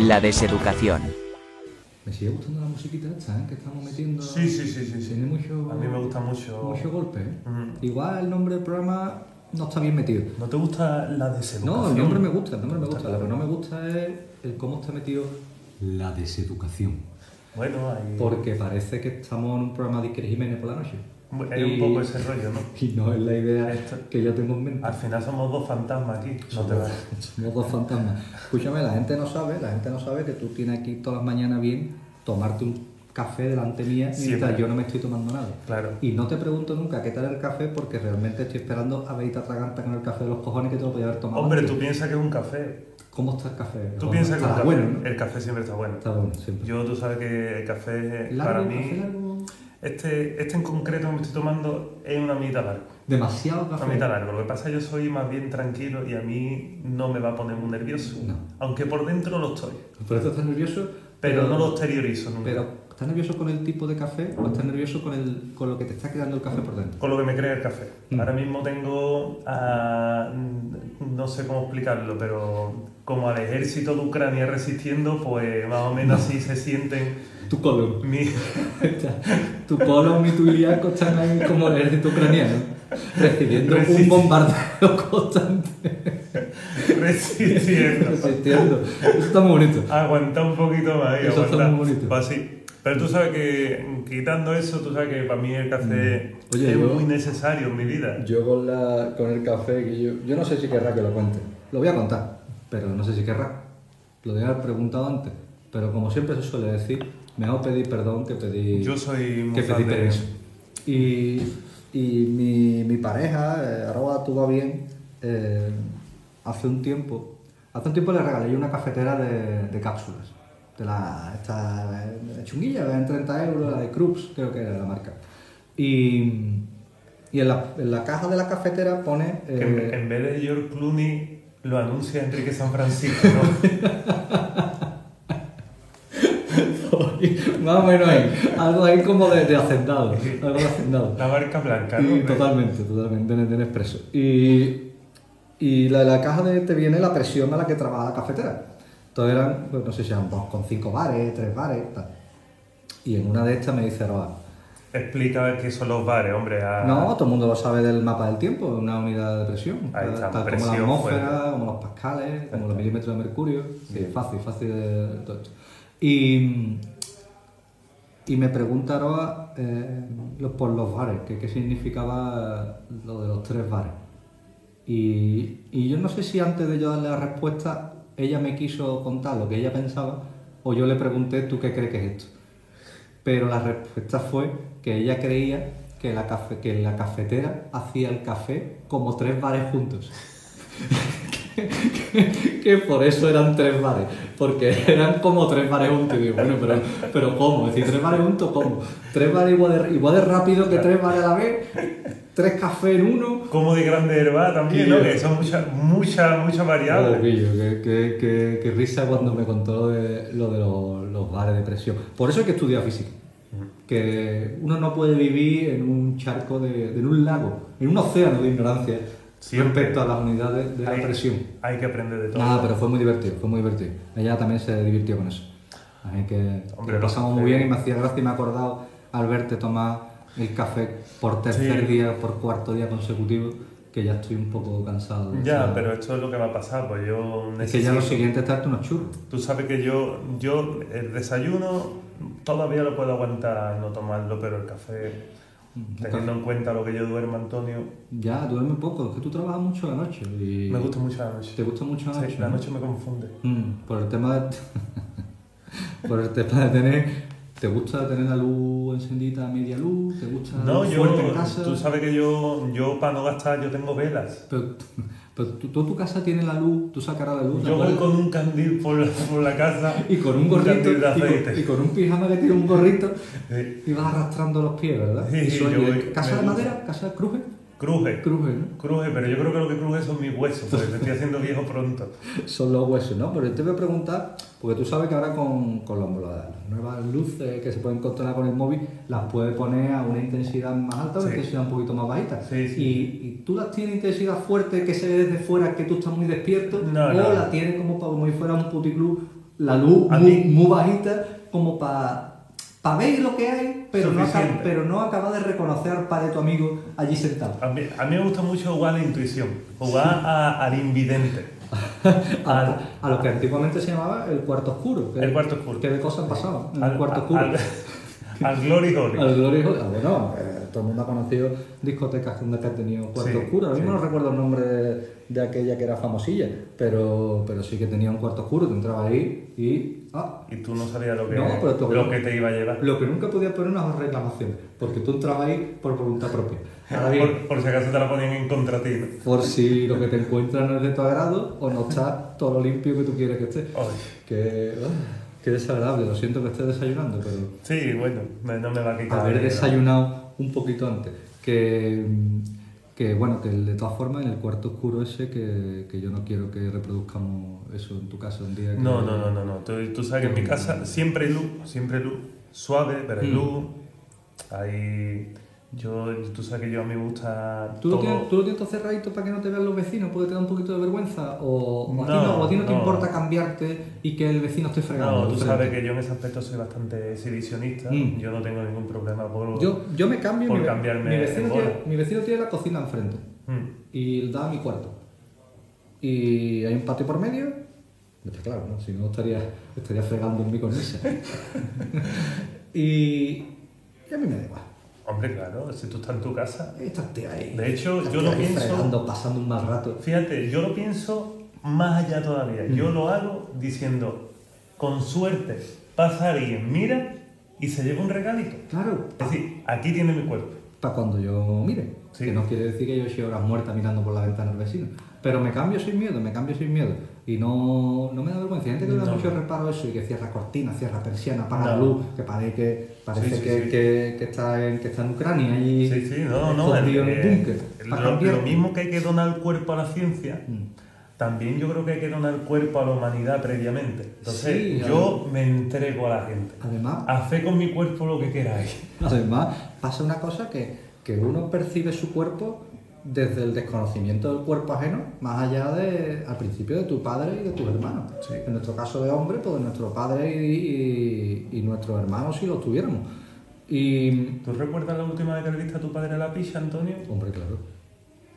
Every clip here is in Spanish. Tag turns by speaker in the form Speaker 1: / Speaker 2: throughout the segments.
Speaker 1: La deseducación.
Speaker 2: Me sigue gustando la musiquita esta, ¿eh? Que estamos metiendo.
Speaker 3: Sí, sí, sí, sí. sí.
Speaker 2: Tiene mucho.
Speaker 3: A mí me gusta mucho.
Speaker 2: Mucho golpe, ¿eh?
Speaker 3: Mm.
Speaker 2: Igual el nombre del programa no está bien metido.
Speaker 3: ¿No te gusta la deseducación?
Speaker 2: No, el nombre me gusta, el nombre me gusta. Lo que no me gusta es el cómo está metido la deseducación.
Speaker 3: Bueno, ahí.
Speaker 2: Porque parece que estamos en un programa de Iker Jiménez por la noche.
Speaker 3: Es un poco ese rollo, ¿no?
Speaker 2: Y no es la idea
Speaker 3: Esto- Ah.
Speaker 2: que yo tengo en mente.
Speaker 3: Al final somos dos fantasmas aquí. No te vayas.
Speaker 2: Somos dos fantasmas. Escúchame, la gente no sabe, la gente no sabe que tú tienes aquí todas las mañanas bien tomarte un café delante mía mientras
Speaker 3: Siempre.
Speaker 2: yo no me estoy tomando nada.
Speaker 3: Claro.
Speaker 2: Y no te pregunto nunca qué tal el café porque realmente estoy esperando a veinte atraganta con el café de los cojones que te lo podía haber tomado.
Speaker 3: Hombre,
Speaker 2: antes.
Speaker 3: tú piensas que es un café.
Speaker 2: ¿Cómo está el café?
Speaker 3: Tú
Speaker 2: Bueno,
Speaker 3: piensas que un
Speaker 2: está
Speaker 3: café-
Speaker 2: bueno, ¿no?
Speaker 3: el café siempre está bueno.
Speaker 2: Está bueno, siempre.
Speaker 3: Yo, tú sabes que el café, es-
Speaker 2: Largo,
Speaker 3: para mí,
Speaker 2: café largo.
Speaker 3: este, este en concreto que me estoy tomando es una mitad largo.
Speaker 2: Demasiado
Speaker 3: Una
Speaker 2: café.
Speaker 3: mitad largo. Lo que pasa es que yo soy más bien tranquilo y a mí no me va a poner muy nervioso.
Speaker 2: No.
Speaker 3: Aunque por dentro lo estoy.
Speaker 2: Por eso estás nervioso.
Speaker 3: Pero no lo exteriorizo nunca.
Speaker 2: Pero, ¿estás nervioso con el tipo de café o estás nervioso con, el, con lo que te está quedando el café por dentro?
Speaker 3: Con lo que me crea el café.
Speaker 2: Mm.
Speaker 3: Ahora mismo tengo a. No sé cómo explicarlo, pero como al ejército de Ucrania resistiendo, pues más o menos así se sienten
Speaker 2: Tu colon.
Speaker 3: mi-
Speaker 2: tu colon y tu ilíaco están ahí como el ejército ucraniano, recibiendo
Speaker 3: Resist-
Speaker 2: un bombardeo constante.
Speaker 3: resistiendo.
Speaker 2: Resistiendo. Eso está muy bonito.
Speaker 3: Aguanta un poquito más, ahí,
Speaker 2: Eso está
Speaker 3: aguanta.
Speaker 2: muy bonito.
Speaker 3: Va así. Pero tú sabes que quitando eso, tú sabes que para mí el café
Speaker 2: Mm. Oye,
Speaker 3: es
Speaker 2: yo-
Speaker 3: muy necesario en mi vida.
Speaker 2: Yo con, la, con el café, que yo, yo no sé si querrá que lo cuente. Lo voy a contar, pero no sé si querrá. Lo debía haber preguntado antes. Pero como siempre se suele decir, mejor pedir perdón que pedir...
Speaker 3: Yo soy muy
Speaker 2: que
Speaker 3: fan
Speaker 2: pedí
Speaker 3: de-
Speaker 2: permiso. Y, y mi, mi pareja, eh, arroba tú va bien, eh, hace un tiempo, hace un tiempo le regalé yo una cafetera de, de cápsulas. De la, esta eh, chunguilla, en 30 euros, la de Krups, creo que era la marca. Y, y en, la, en la caja de la cafetera pone...
Speaker 3: Que
Speaker 2: eh,
Speaker 3: en, en vez de George Clooney, lo anuncia Enrique San Francisco, ¿no?
Speaker 2: más o menos ahí, algo ahí como de, de hacendado, algo de hacendado.
Speaker 3: La marca blanca,
Speaker 2: Y
Speaker 3: ¿no?
Speaker 2: totalmente, totalmente en, en expreso. Y, y la, la caja de, te viene la presión a la que trabaja la cafetera. Entonces eran, pues, no sé si eran dos con cinco bares, tres bares, tal. Y en una de estas me dice Roa,
Speaker 3: Explica qué son los bares, hombre. a-
Speaker 2: no, todo el mundo lo sabe del mapa del tiempo, una unidad de presión.
Speaker 3: Ahí está,
Speaker 2: como la
Speaker 3: presión,
Speaker 2: atmósfera,
Speaker 3: fuerza.
Speaker 2: como los pascales, como los milímetros de mercurio. Sí,
Speaker 3: Mm.
Speaker 2: fácil, fácil de todo esto. Y, y me preguntaron eh, lo- por los bares, que qué significaba lo de los tres bares. Y, y yo no sé si antes de yo darle la respuesta, ella me quiso contar lo que ella pensaba, o yo le pregunté, ¿tú qué crees que es esto? pero la respuesta fue que ella creía que la, cafe- que la cafetera hacía el café como tres bares juntos. que, que- que por eso eran tres bares, porque eran como tres bares juntos. Y digo, bueno, pero, pero ¿cómo? Es decir, tres bares juntos, ¿cómo? Tres bares igual de, igual de rápido que tres bares a la vez, tres cafés en uno.
Speaker 3: Como de grande herba también,
Speaker 2: Y
Speaker 3: ¿no?
Speaker 2: yo-
Speaker 3: Que son muchas, muchas, muchas
Speaker 2: Joder,
Speaker 3: variables.
Speaker 2: Guillo, qué, qué- qué- qué risa cuando me contó lo de, lo de los, los bares de presión. Por eso hay que estudiar física. Que uno no puede vivir en un charco, de, en un lago, en un océano de ignorancia
Speaker 3: Siempre.
Speaker 2: respecto a las unidades de la
Speaker 3: Hay-
Speaker 2: presión.
Speaker 3: Hay que aprender de todo.
Speaker 2: Nada, pero fue muy divertido, fue muy divertido. Ella también se divirtió con eso. Así que
Speaker 3: Hombre,
Speaker 2: lo
Speaker 3: no,
Speaker 2: pasamos
Speaker 3: sí.
Speaker 2: muy bien y me hacía gracia y me he acordado al verte tomar el café por tercer
Speaker 3: Sí.
Speaker 2: día, por cuarto día consecutivo, que ya estoy un poco cansado. de
Speaker 3: Ya,
Speaker 2: esa-
Speaker 3: pero esto es lo que va a pasar, pues yo
Speaker 2: es que ya
Speaker 3: necesito...
Speaker 2: lo siguiente es darte unos churros.
Speaker 3: Tú sabes que yo, yo el desayuno todavía lo puedo aguantar no tomarlo, pero el café, teniendo en cuenta lo que yo duermo, Antonio,
Speaker 2: Ya, duerme poco, es que tú trabajas mucho la noche. Y
Speaker 3: me gusta mucho la noche.
Speaker 2: ¿Te gusta mucho la noche?
Speaker 3: Sí, la
Speaker 2: no?
Speaker 3: noche me confunde.
Speaker 2: Mm, por el tema de... por el tema de tener... ¿Te gusta tener la luz encendida a media luz? ¿Te gusta la
Speaker 3: No,
Speaker 2: luz
Speaker 3: yo,
Speaker 2: Ah, fuerte en casa?
Speaker 3: tú sabes que yo, yo para no gastar, yo tengo velas.
Speaker 2: Pero, pero tú- toda tu casa tiene la luz, tú sacarás la luz. ¿te
Speaker 3: Yo voy
Speaker 2: acuerdas?
Speaker 3: con un candil por la, por la casa.
Speaker 2: Y con un gorrito,
Speaker 3: candil
Speaker 2: y
Speaker 3: de
Speaker 2: con,
Speaker 3: aceite.
Speaker 2: y con un pijama que tiene un gorrito,
Speaker 3: Sí.
Speaker 2: y vas arrastrando los pies, ¿verdad?
Speaker 3: Sí,
Speaker 2: Y
Speaker 3: sí,
Speaker 2: sueñas.
Speaker 3: yo voy-
Speaker 2: ¿Casa
Speaker 3: me
Speaker 2: de
Speaker 3: gusta.
Speaker 2: madera? ¿Casa de cruje?
Speaker 3: Cruje.
Speaker 2: Cruje, ¿no?
Speaker 3: Cruje, pero yo creo que lo que cruje son mis huesos, porque me estoy haciendo viejo pronto.
Speaker 2: son los huesos, ¿no? Pero yo te voy a preguntar, porque tú sabes que ahora con, con los- las nuevas luces que se pueden controlar con el móvil, las puedes poner a una intensidad más alta o una
Speaker 3: Sí.
Speaker 2: intensidad un poquito más bajita.
Speaker 3: Sí, sí.
Speaker 2: Y, y tú las tienes intensidad fuerte que se ve desde fuera, que tú estás muy despierto,
Speaker 3: No,
Speaker 2: o
Speaker 3: no.
Speaker 2: las tienes como para como si fuera un puticlub la luz
Speaker 3: A
Speaker 2: muy,
Speaker 3: mí-
Speaker 2: muy bajita, como para ver lo que hay, pero no, acaba,
Speaker 3: Suficiente.
Speaker 2: pero no acaba de reconocer al padre de tu amigo allí sentado.
Speaker 3: A mí, a mí me gusta mucho jugar a la intuición, jugar a- al invidente.
Speaker 2: A, a lo que antiguamente se llamaba el cuarto oscuro. Que,
Speaker 3: El cuarto oscuro.
Speaker 2: Que de cosas han pasado en
Speaker 3: Al
Speaker 2: el cuarto
Speaker 3: a-
Speaker 2: oscuro.
Speaker 3: Al, al Glory Glory.
Speaker 2: Al Glory Hole. Ah, bueno, eh, todo el mundo ha conocido discotecas donde que han tenido cuarto
Speaker 3: Sí,
Speaker 2: oscuro. Ahora mismo
Speaker 3: sí.
Speaker 2: no recuerdo el nombre de, de aquella que era famosilla, pero, pero sí que tenía un cuarto oscuro. Te entraba ahí y. ¡Ah!
Speaker 3: Y tú no sabías lo que,
Speaker 2: No, pero tú-
Speaker 3: lo que te iba a llevar.
Speaker 2: Lo que nunca podía poner unas reclamaciones, porque tú entrabas ahí por voluntad propia. Ahora bien,
Speaker 3: Por, por si acaso te la ponían en contra ti. ¿no?
Speaker 2: por si lo que te encuentras no es de tu agrado o no está todo lo limpio que tú quieres que esté.
Speaker 3: Ay,
Speaker 2: Que. ah, Qué desagradable, lo siento que esté desayunando, pero.
Speaker 3: sí, bueno, me- no me va a quitar. la
Speaker 2: haber
Speaker 3: vida.
Speaker 2: desayunado un poquito antes. Que, que, bueno, que de todas formas en el cuarto oscuro ese que, que yo no quiero que reproduzcamos eso en tu casa un día. que-
Speaker 3: No, no, no, no, no. Tú, tú sabes que en mi casa siempre hay luz, siempre hay luz. Suave, pero hay
Speaker 2: Mm.
Speaker 3: luz. Ahí. Yo, tú sabes que yo a mí me gusta.
Speaker 2: ¿Tú lo,
Speaker 3: todo-
Speaker 2: tienes, ¿Tú lo tienes todo cerradito para que no te vean los vecinos? ¿Puede te da un poquito de vergüenza? ¿O, o a, ti
Speaker 3: No,
Speaker 2: no, o a ti no te
Speaker 3: no.
Speaker 2: importa cambiarte y que el vecino esté fregando?
Speaker 3: No, tú
Speaker 2: al
Speaker 3: sabes
Speaker 2: frente?
Speaker 3: que yo en ese aspecto soy bastante exhibicionista.
Speaker 2: Mm.
Speaker 3: Yo no tengo ningún problema por.
Speaker 2: Yo, yo me cambio y
Speaker 3: Por
Speaker 2: mi, ve-
Speaker 3: cambiarme
Speaker 2: mi vecino
Speaker 3: en
Speaker 2: tiene,
Speaker 3: bola.
Speaker 2: mi vecino tiene la cocina enfrente
Speaker 3: Mm.
Speaker 2: y da a mi cuarto. Y hay un patio por medio. Está claro, ¿no? Si no estaría, estaría fregando en mi cornisa. y, y a mí me da igual.
Speaker 3: Hombre, claro, si tú estás en tu casa.
Speaker 2: Esta tía ahí.
Speaker 3: De hecho,
Speaker 2: esta
Speaker 3: yo
Speaker 2: tía
Speaker 3: lo
Speaker 2: ahí
Speaker 3: pienso-
Speaker 2: Fregando, pasando un mal rato.
Speaker 3: Fíjate, yo lo pienso más allá todavía. Yo
Speaker 2: Mm.
Speaker 3: lo hago diciendo, con suerte, pasa alguien, mira y se lleva un regalito.
Speaker 2: Claro,
Speaker 3: Es decir, aquí tiene mi cuerpo.
Speaker 2: para cuando yo mire.
Speaker 3: Sí.
Speaker 2: Que no quiere decir que yo eche horas muertas mirando por la ventana al vecino. Pero me cambio sin miedo, me cambio sin miedo. Y no, no me da vergüenza. Hay gente que le da
Speaker 3: No.
Speaker 2: mucho reparo a eso y que cierra cortinas, cierra persiana, apaga la
Speaker 3: No.
Speaker 2: luz, que parece que, parece
Speaker 3: Sí, sí,
Speaker 2: que,
Speaker 3: sí.
Speaker 2: Que, que está en, que está en Ucrania y
Speaker 3: Sí, sí, no, no. el-
Speaker 2: escondido en un
Speaker 3: eh,
Speaker 2: búnker.
Speaker 3: el-
Speaker 2: para
Speaker 3: lo,
Speaker 2: cambiar.
Speaker 3: lo mismo que hay que donar cuerpo a la ciencia,
Speaker 2: Mm.
Speaker 3: también yo creo que hay que donar cuerpo a la humanidad previamente. Entonces,
Speaker 2: Sí,
Speaker 3: yo me entrego a la gente.
Speaker 2: Además,
Speaker 3: Haced con mi cuerpo lo que queráis.
Speaker 2: Además, pasa una cosa que, que uno percibe su cuerpo desde el desconocimiento del cuerpo ajeno, más allá de, al principio, de tu padre y de tus hermanos.
Speaker 3: Sí.
Speaker 2: En nuestro caso de hombre, pues de nuestro padre y, y- y nuestros hermanos si los tuviéramos. Y...
Speaker 3: ¿Tú recuerdas la última vez que le viste a tu padre a la pizza, Antonio?
Speaker 2: Hombre, claro.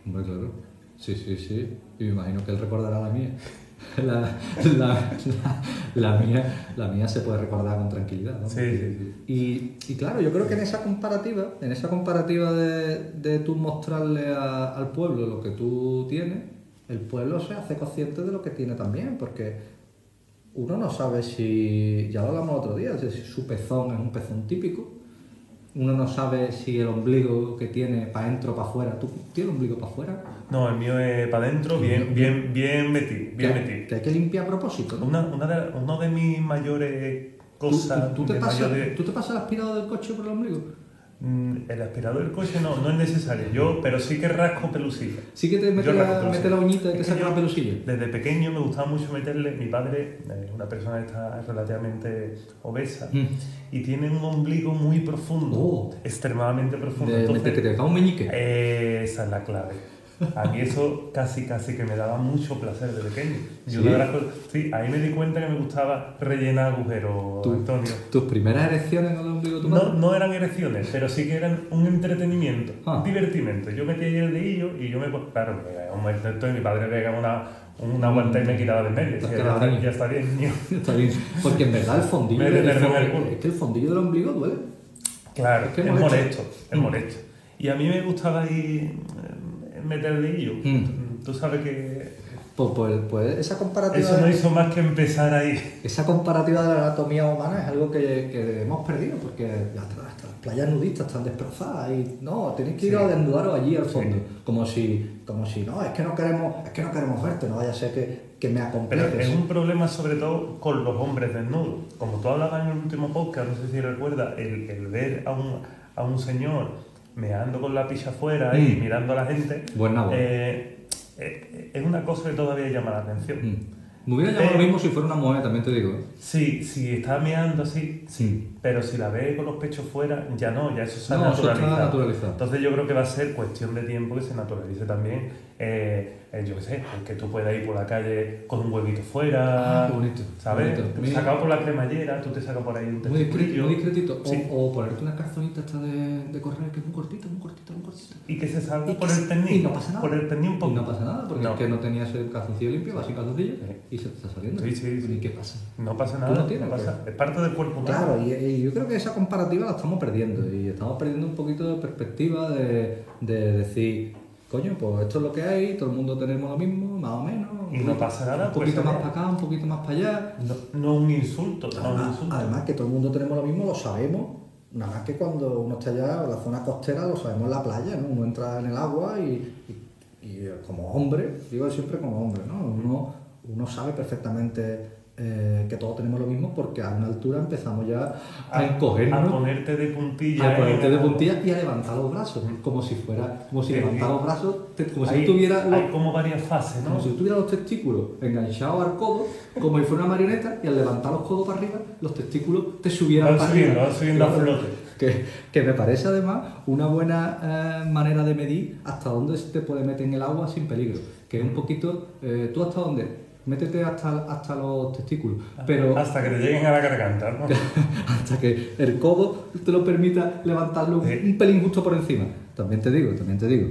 Speaker 2: Hombre, claro. Sí, sí, sí. Y me imagino que él recordará la mía. La, la- la- la mía, la mía se puede recordar con tranquilidad. ¿no?
Speaker 3: Sí, sí, sí.
Speaker 2: Y, y claro, yo creo que en esa comparativa, en esa comparativa de, de tú mostrarle a- al pueblo lo que tú tienes, el pueblo se hace consciente de lo que tiene también, porque uno no sabe si, ya lo hablamos otro día, si su pezón es un pezón típico, uno no sabe si el ombligo que tiene para adentro, para afuera, tú tienes ombligo para afuera,
Speaker 3: No, el mío es para adentro, bien, bien, bien metido, bien
Speaker 2: que,
Speaker 3: metido.
Speaker 2: que hay que limpiar a propósito. ¿no?
Speaker 3: Una, una de, uno de mis mayores
Speaker 2: ¿Tú,
Speaker 3: cosas,
Speaker 2: tú- tú te
Speaker 3: de
Speaker 2: pasas,
Speaker 3: mayores-
Speaker 2: ¿Tú te pasas el aspirado del coche por el ombligo?
Speaker 3: Mm, el aspirador del coche no, no es necesario, yo, pero sí que rasco pelusilla.
Speaker 2: Sí que te mete
Speaker 3: Yo
Speaker 2: la,
Speaker 3: rasco
Speaker 2: mete
Speaker 3: pelusilla.
Speaker 2: la uñita y
Speaker 3: Es
Speaker 2: te
Speaker 3: que
Speaker 2: saca
Speaker 3: yo-
Speaker 2: la pelusilla.
Speaker 3: Desde pequeño me gustaba mucho meterle, mi padre es una persona que está relativamente obesa
Speaker 2: Mm.
Speaker 3: y tiene un ombligo muy profundo,
Speaker 2: Oh.
Speaker 3: extremadamente profundo.
Speaker 2: De,
Speaker 3: Entonces,
Speaker 2: de que te deja un meñique.
Speaker 3: Eh, Esa es la clave. A mí eso casi, casi que me daba mucho placer de pequeño.
Speaker 2: ¿Sí?
Speaker 3: Yo una de las cosas- sí, ahí me di cuenta que me gustaba rellenar agujeros,
Speaker 2: Tú-
Speaker 3: Antonio.
Speaker 2: Tus primeras erecciones en el ombligo de tu
Speaker 3: No,
Speaker 2: madre.
Speaker 3: no eran erecciones, pero sí que eran un entretenimiento,
Speaker 2: Ah.
Speaker 3: un divertimento. Yo metía ahí el dedillo y yo me... pon- Claro, me pegaba un momento y mi padre pegaba una, una guanta y me quitaba de medio.
Speaker 2: Pues
Speaker 3: Decía,
Speaker 2: claro,
Speaker 3: ya,
Speaker 2: niño".
Speaker 3: está, ya está bien, niño.
Speaker 2: Está bien. Porque en verdad el fondillo.
Speaker 3: Me
Speaker 2: el
Speaker 3: derrame
Speaker 2: fon-
Speaker 3: el culo.
Speaker 2: es que el fondillo del ombligo duele.
Speaker 3: Claro,
Speaker 2: Es
Speaker 3: es,
Speaker 2: que es
Speaker 3: molesto.
Speaker 2: molesto. Mm.
Speaker 3: es molesto. Y a mí me gustaba ahí eh, meter el dedillo.
Speaker 2: Mm.
Speaker 3: Tú sabes que
Speaker 2: Pues, pues, pues esa comparativa.
Speaker 3: Eso no
Speaker 2: de-
Speaker 3: hizo más que empezar ahí.
Speaker 2: Esa comparativa de la anatomía humana es algo que, que hemos perdido, porque hasta, hasta las playas nudistas están desplazadas y no, tenéis que ir
Speaker 3: Sí.
Speaker 2: a desnudaros allí al fondo.
Speaker 3: Sí.
Speaker 2: Como si, como si no, es que no queremos, es que no queremos verte, no vaya a ser que, que me
Speaker 3: Pero
Speaker 2: acomplejes.
Speaker 3: es un problema sobre todo con los hombres desnudos. Como tú hablabas en el último podcast, no sé si recuerdas, el, el ver a un, a un señor meando con la picha afuera y
Speaker 2: Mm.
Speaker 3: mirando a la gente,
Speaker 2: Buen nabo.
Speaker 3: eh, eh, es una cosa que todavía llama la atención.
Speaker 2: Mm. Me hubiera llamado lo
Speaker 3: Pero-
Speaker 2: mismo si fuera una mujer, también te digo. ¿eh?
Speaker 3: Sí, si está meando así, sí. Pero si la ve con los pechos fuera, ya no, ya eso se ha
Speaker 2: No, eso está
Speaker 3: naturalizado.
Speaker 2: naturalizado.
Speaker 3: Entonces yo creo que va a ser cuestión de tiempo que se naturalice también eh, eh, yo qué sé, el que tú puedas ir por la calle con un huevito fuera,
Speaker 2: Ah, qué bonito, qué
Speaker 3: ¿sabes?
Speaker 2: bonito.
Speaker 3: Te sacado por la cremallera, tú te sacas por ahí un
Speaker 2: Muy discretito,
Speaker 3: testiculillo.
Speaker 2: muy discretito. O,
Speaker 3: Sí.
Speaker 2: o ponerte una calzonita esta de, de correr que es muy cortita, muy cortita, muy cortita.
Speaker 3: Y que se salga
Speaker 2: Y
Speaker 3: por
Speaker 2: que-
Speaker 3: el pernil.
Speaker 2: y no pasa nada.
Speaker 3: Por el pernil un
Speaker 2: Y
Speaker 3: poco.
Speaker 2: no pasa nada, porque
Speaker 3: No.
Speaker 2: es que no tenías el calzoncillo limpio, vas sin calzoncillo y se te está saliendo.
Speaker 3: Sí, sí, sí.
Speaker 2: ¿Y qué pasa?
Speaker 3: No pasa
Speaker 2: Tú
Speaker 3: nada.
Speaker 2: no tienes, pues.
Speaker 3: no pasa. Es parte del cuerpo humano.
Speaker 2: Claro, y, y yo creo que esa comparativa la estamos perdiendo y estamos perdiendo un poquito de perspectiva de, de decir, coño, pues esto es lo que hay, todo el mundo tenemos lo mismo, más o menos. un
Speaker 3: Y no
Speaker 2: poquito-
Speaker 3: pasa nada,
Speaker 2: Un
Speaker 3: pues,
Speaker 2: poquito más
Speaker 3: eh.
Speaker 2: para acá, un poquito más para allá.
Speaker 3: No, no es un insulto. No
Speaker 2: Ah,
Speaker 3: es un
Speaker 1: Además,
Speaker 3: insulto.
Speaker 1: Ah. además que todo el mundo tenemos lo mismo, lo sabemos. Nada más que cuando uno está allá en la zona costera, lo sabemos en la playa, ¿no? Uno entra en el agua y, y- y, eh, como hombre, digo siempre como hombre, ¿no? Uno, uno sabe perfectamente eh, que todos tenemos lo mismo porque a una altura empezamos ya a,
Speaker 3: A
Speaker 2: encogernos,
Speaker 3: ponerte de puntilla.
Speaker 2: a ponerte de
Speaker 3: eh.
Speaker 2: puntillas y a levantar los brazos, como si fuera, como si
Speaker 3: Sí,
Speaker 2: levantar
Speaker 3: sí.
Speaker 2: los brazos, te- como si
Speaker 3: Hay-
Speaker 2: tuviera los
Speaker 3: Hay como varias fases, ¿no?
Speaker 2: Como si tuviera los testículos enganchados al codo, como si fuera una marioneta, y al levantar los codos para arriba, los testículos te subieran
Speaker 3: Van
Speaker 2: para
Speaker 3: subiendo,
Speaker 2: arriba.
Speaker 3: van subiendo a
Speaker 2: Claro.
Speaker 3: flote.
Speaker 2: Que, que me parece además una buena eh, manera de medir hasta dónde se te puede meter en el agua sin peligro. Que es un poquito, eh, tú hasta dónde, métete hasta, hasta los testículos,
Speaker 3: Ah,
Speaker 2: pero
Speaker 3: Hasta que te lleguen a la garganta, ¿no?
Speaker 2: hasta que el codo te lo permita levantarlo un-
Speaker 3: Sí.
Speaker 2: un pelín justo por encima. También te digo, también te digo,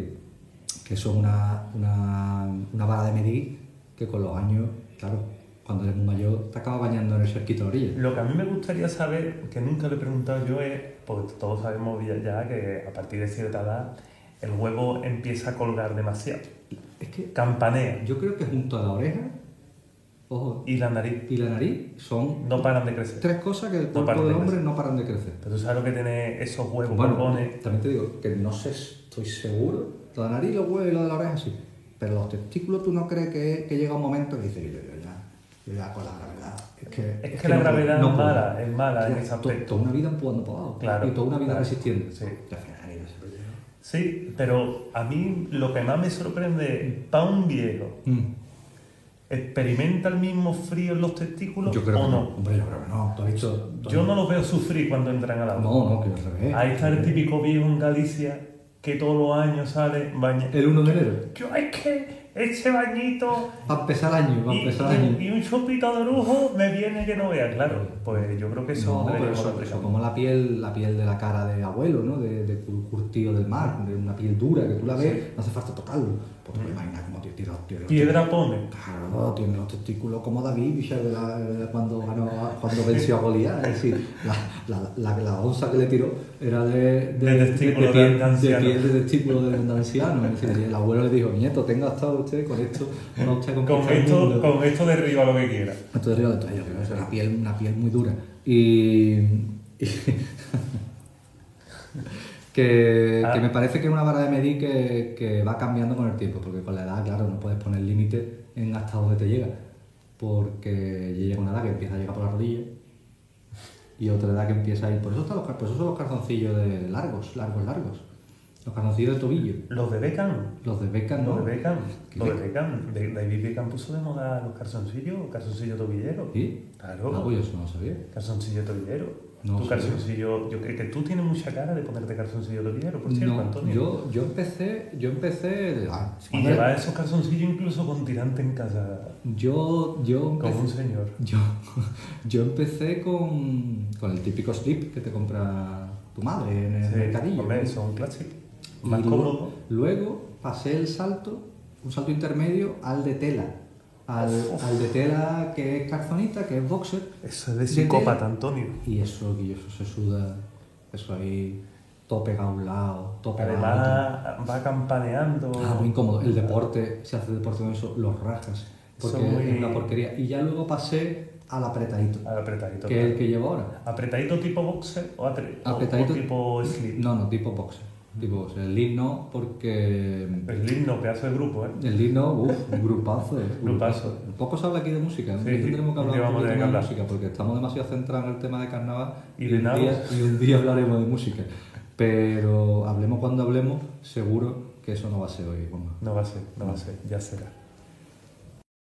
Speaker 2: que eso es una, una, una vara de medir que con los años, claro, cuando eres muy mayor te acabas bañando en el cerquito de la orilla.
Speaker 3: Lo que a mí me gustaría saber, que nunca le he preguntado yo, es, pues todos sabemos ya- ya que a partir de cierta edad el huevo empieza a colgar demasiado.
Speaker 2: Es que
Speaker 3: Campanea
Speaker 2: yo creo que junto a la oreja, ojo,
Speaker 3: y la nariz
Speaker 2: y la nariz son
Speaker 3: no paran de crecer.
Speaker 2: tres cosas que el cuerpo
Speaker 3: paran de
Speaker 2: del hombre
Speaker 3: crecer.
Speaker 2: no paran de crecer.
Speaker 3: Pero tú sabes lo que tiene esos huevos
Speaker 2: Bueno,
Speaker 3: borbones.
Speaker 2: también te digo que no sé, estoy seguro. La nariz, los huevos y lo de la oreja sí. Pero los testículos, ¿tú no crees que, que llega un momento que dices, yo, yo ya, yo ya con la gravedad? Es que,
Speaker 3: Es que la
Speaker 2: no puedo,
Speaker 3: gravedad
Speaker 2: no
Speaker 3: es
Speaker 2: puedo".
Speaker 3: mala, es mala en
Speaker 2: Ya,
Speaker 3: ese
Speaker 2: to-
Speaker 3: aspecto.
Speaker 2: Toda una vida empujando para abajo.
Speaker 3: Claro,
Speaker 2: Y toda una vida
Speaker 3: claro.
Speaker 2: resistiendo.
Speaker 3: Sí.
Speaker 2: Y al final, ahí no se puede llegar.
Speaker 3: Sí, pero a mí lo que más me sorprende, para un viejo,
Speaker 2: Mm.
Speaker 3: ¿experimenta el mismo frío en los testículos
Speaker 2: Yo creo
Speaker 3: o
Speaker 2: que
Speaker 3: no?
Speaker 2: Hombre, yo creo que no. Tú has visto. tú has-
Speaker 3: Yo no los veo sufrir cuando entran al agua.
Speaker 2: No, no, que al revés.
Speaker 3: Ahí está el típico viejo en Galicia que todos los años sale baña.
Speaker 2: El 1 de enero.
Speaker 3: Yo es que ese bañito
Speaker 2: Va a empezar el año, va a
Speaker 3: y,
Speaker 2: empezar el año.
Speaker 3: y un chupito de lujo me viene que no vea, claro. Pues yo creo que eso
Speaker 2: No, pero
Speaker 3: deberíamos
Speaker 2: eso,
Speaker 3: aplicarlo.
Speaker 2: eso como la piel, la piel de la cara de abuelo, ¿no? De, de cur- curtido del mar, de una piel dura que tú la ves, no hace falta tocarlo. Pues
Speaker 3: Mm.
Speaker 2: te imaginas cómo te tira los tiros.
Speaker 3: Piedra pone.
Speaker 2: Claro, tiene los testículos como David Fischer de la- de cuando, ganó a- cuando venció a Goliat. Es decir, la, la, la, la onza que le tiró era de,
Speaker 3: De testículo de
Speaker 2: piel, de
Speaker 3: anciano.
Speaker 2: piel de testículo de, de anciano. Es decir, el abuelo le dijo, nieto, tenga gastado usted con esto, no usted con,
Speaker 3: Con esto, con esto derriba lo que quiera.
Speaker 2: entonces yo, entonces yo creo que es una piel, una piel muy dura. Y. y- que,
Speaker 3: Ah.
Speaker 2: que me parece que es una vara de medir que, que va cambiando con el tiempo, porque con la edad, claro, no puedes poner límite en hasta dónde te llega. Porque llega una edad que empieza a llegar por la rodilla y otra edad que empieza a ir. Por eso, están los cal- por eso son los calzoncillos de largos, largos, largos. Los calzoncillos de tobillo.
Speaker 3: Los de Beckham.
Speaker 2: Los de Beckham,
Speaker 3: Los
Speaker 2: ¿no?
Speaker 3: de Beckham.
Speaker 2: ¿Qué
Speaker 3: Los de Beckham. De- David Beckham puso de moda los calzoncillos, calzoncillos tobilleros.
Speaker 2: ¿Sí?
Speaker 3: Claro.
Speaker 2: Ah, pues yo eso no lo sabía.
Speaker 3: Calzoncillo tobillero.
Speaker 2: No
Speaker 3: tu
Speaker 2: sé.
Speaker 3: calzoncillo, yo creo que tú tienes mucha cara de ponerte calzoncillo tobillero, por cierto,
Speaker 2: No,
Speaker 3: Antonio.
Speaker 2: Yo, yo empecé, yo empecé, de- ah,
Speaker 3: Y
Speaker 2: cuando era-
Speaker 3: llevar esos calzoncillos incluso con tirante en casa,
Speaker 2: yo, yo
Speaker 3: como un
Speaker 2: empecé,
Speaker 3: señor.
Speaker 2: yo, yo empecé con, con el típico slip que te compra tu madre en el
Speaker 3: Sí,
Speaker 2: Eh, mercadillo.
Speaker 3: hombre, eso es un clásico.
Speaker 2: Y
Speaker 3: Más
Speaker 2: luego-
Speaker 3: cómodo.
Speaker 2: Luego pasé el salto, un salto intermedio al de tela. Al, al de tela que es calzonita, que es boxer,
Speaker 3: Eso es de
Speaker 2: De
Speaker 3: psicópata,
Speaker 2: tela.
Speaker 3: Antonio.
Speaker 2: y eso, y eso se suda, eso ahí, todo pegado a un lado, todo pegado a otro.
Speaker 3: Además, va campaneando.
Speaker 2: Ah, muy incómodo. El deporte, si haces deporte con eso, los rajas. Porque
Speaker 3: Son muy-
Speaker 2: es una porquería. Y ya luego pasé al apretadito,
Speaker 3: Al Ah, apretadito.
Speaker 2: que es el que llevo ahora.
Speaker 3: ¿Apretadito tipo boxer o, atre- o-
Speaker 2: Apretadito-
Speaker 3: o tipo slip?
Speaker 2: No, no, tipo boxer. Tipo boxer. El lead no, porque.
Speaker 3: Slip no, pedazo de grupo, ¿eh?
Speaker 2: El lead no, uff, grupazo. eh,
Speaker 3: Grupazo.
Speaker 2: Poco se habla aquí de música.
Speaker 3: Sí,
Speaker 2: un día tendremos que
Speaker 3: un
Speaker 2: hablar
Speaker 3: día
Speaker 2: un
Speaker 3: vamos a
Speaker 2: poquito
Speaker 3: tener
Speaker 2: más
Speaker 3: que
Speaker 2: de
Speaker 3: hablar.
Speaker 2: música, porque estamos demasiado centrados en el tema de carnaval.
Speaker 3: Y de
Speaker 2: un
Speaker 3: nabos.
Speaker 2: día, y un día hablaremos de música. Pero hablemos cuando hablemos, seguro que eso no va a ser hoy. Juanma.
Speaker 3: No va a ser, no va a ser, ya será.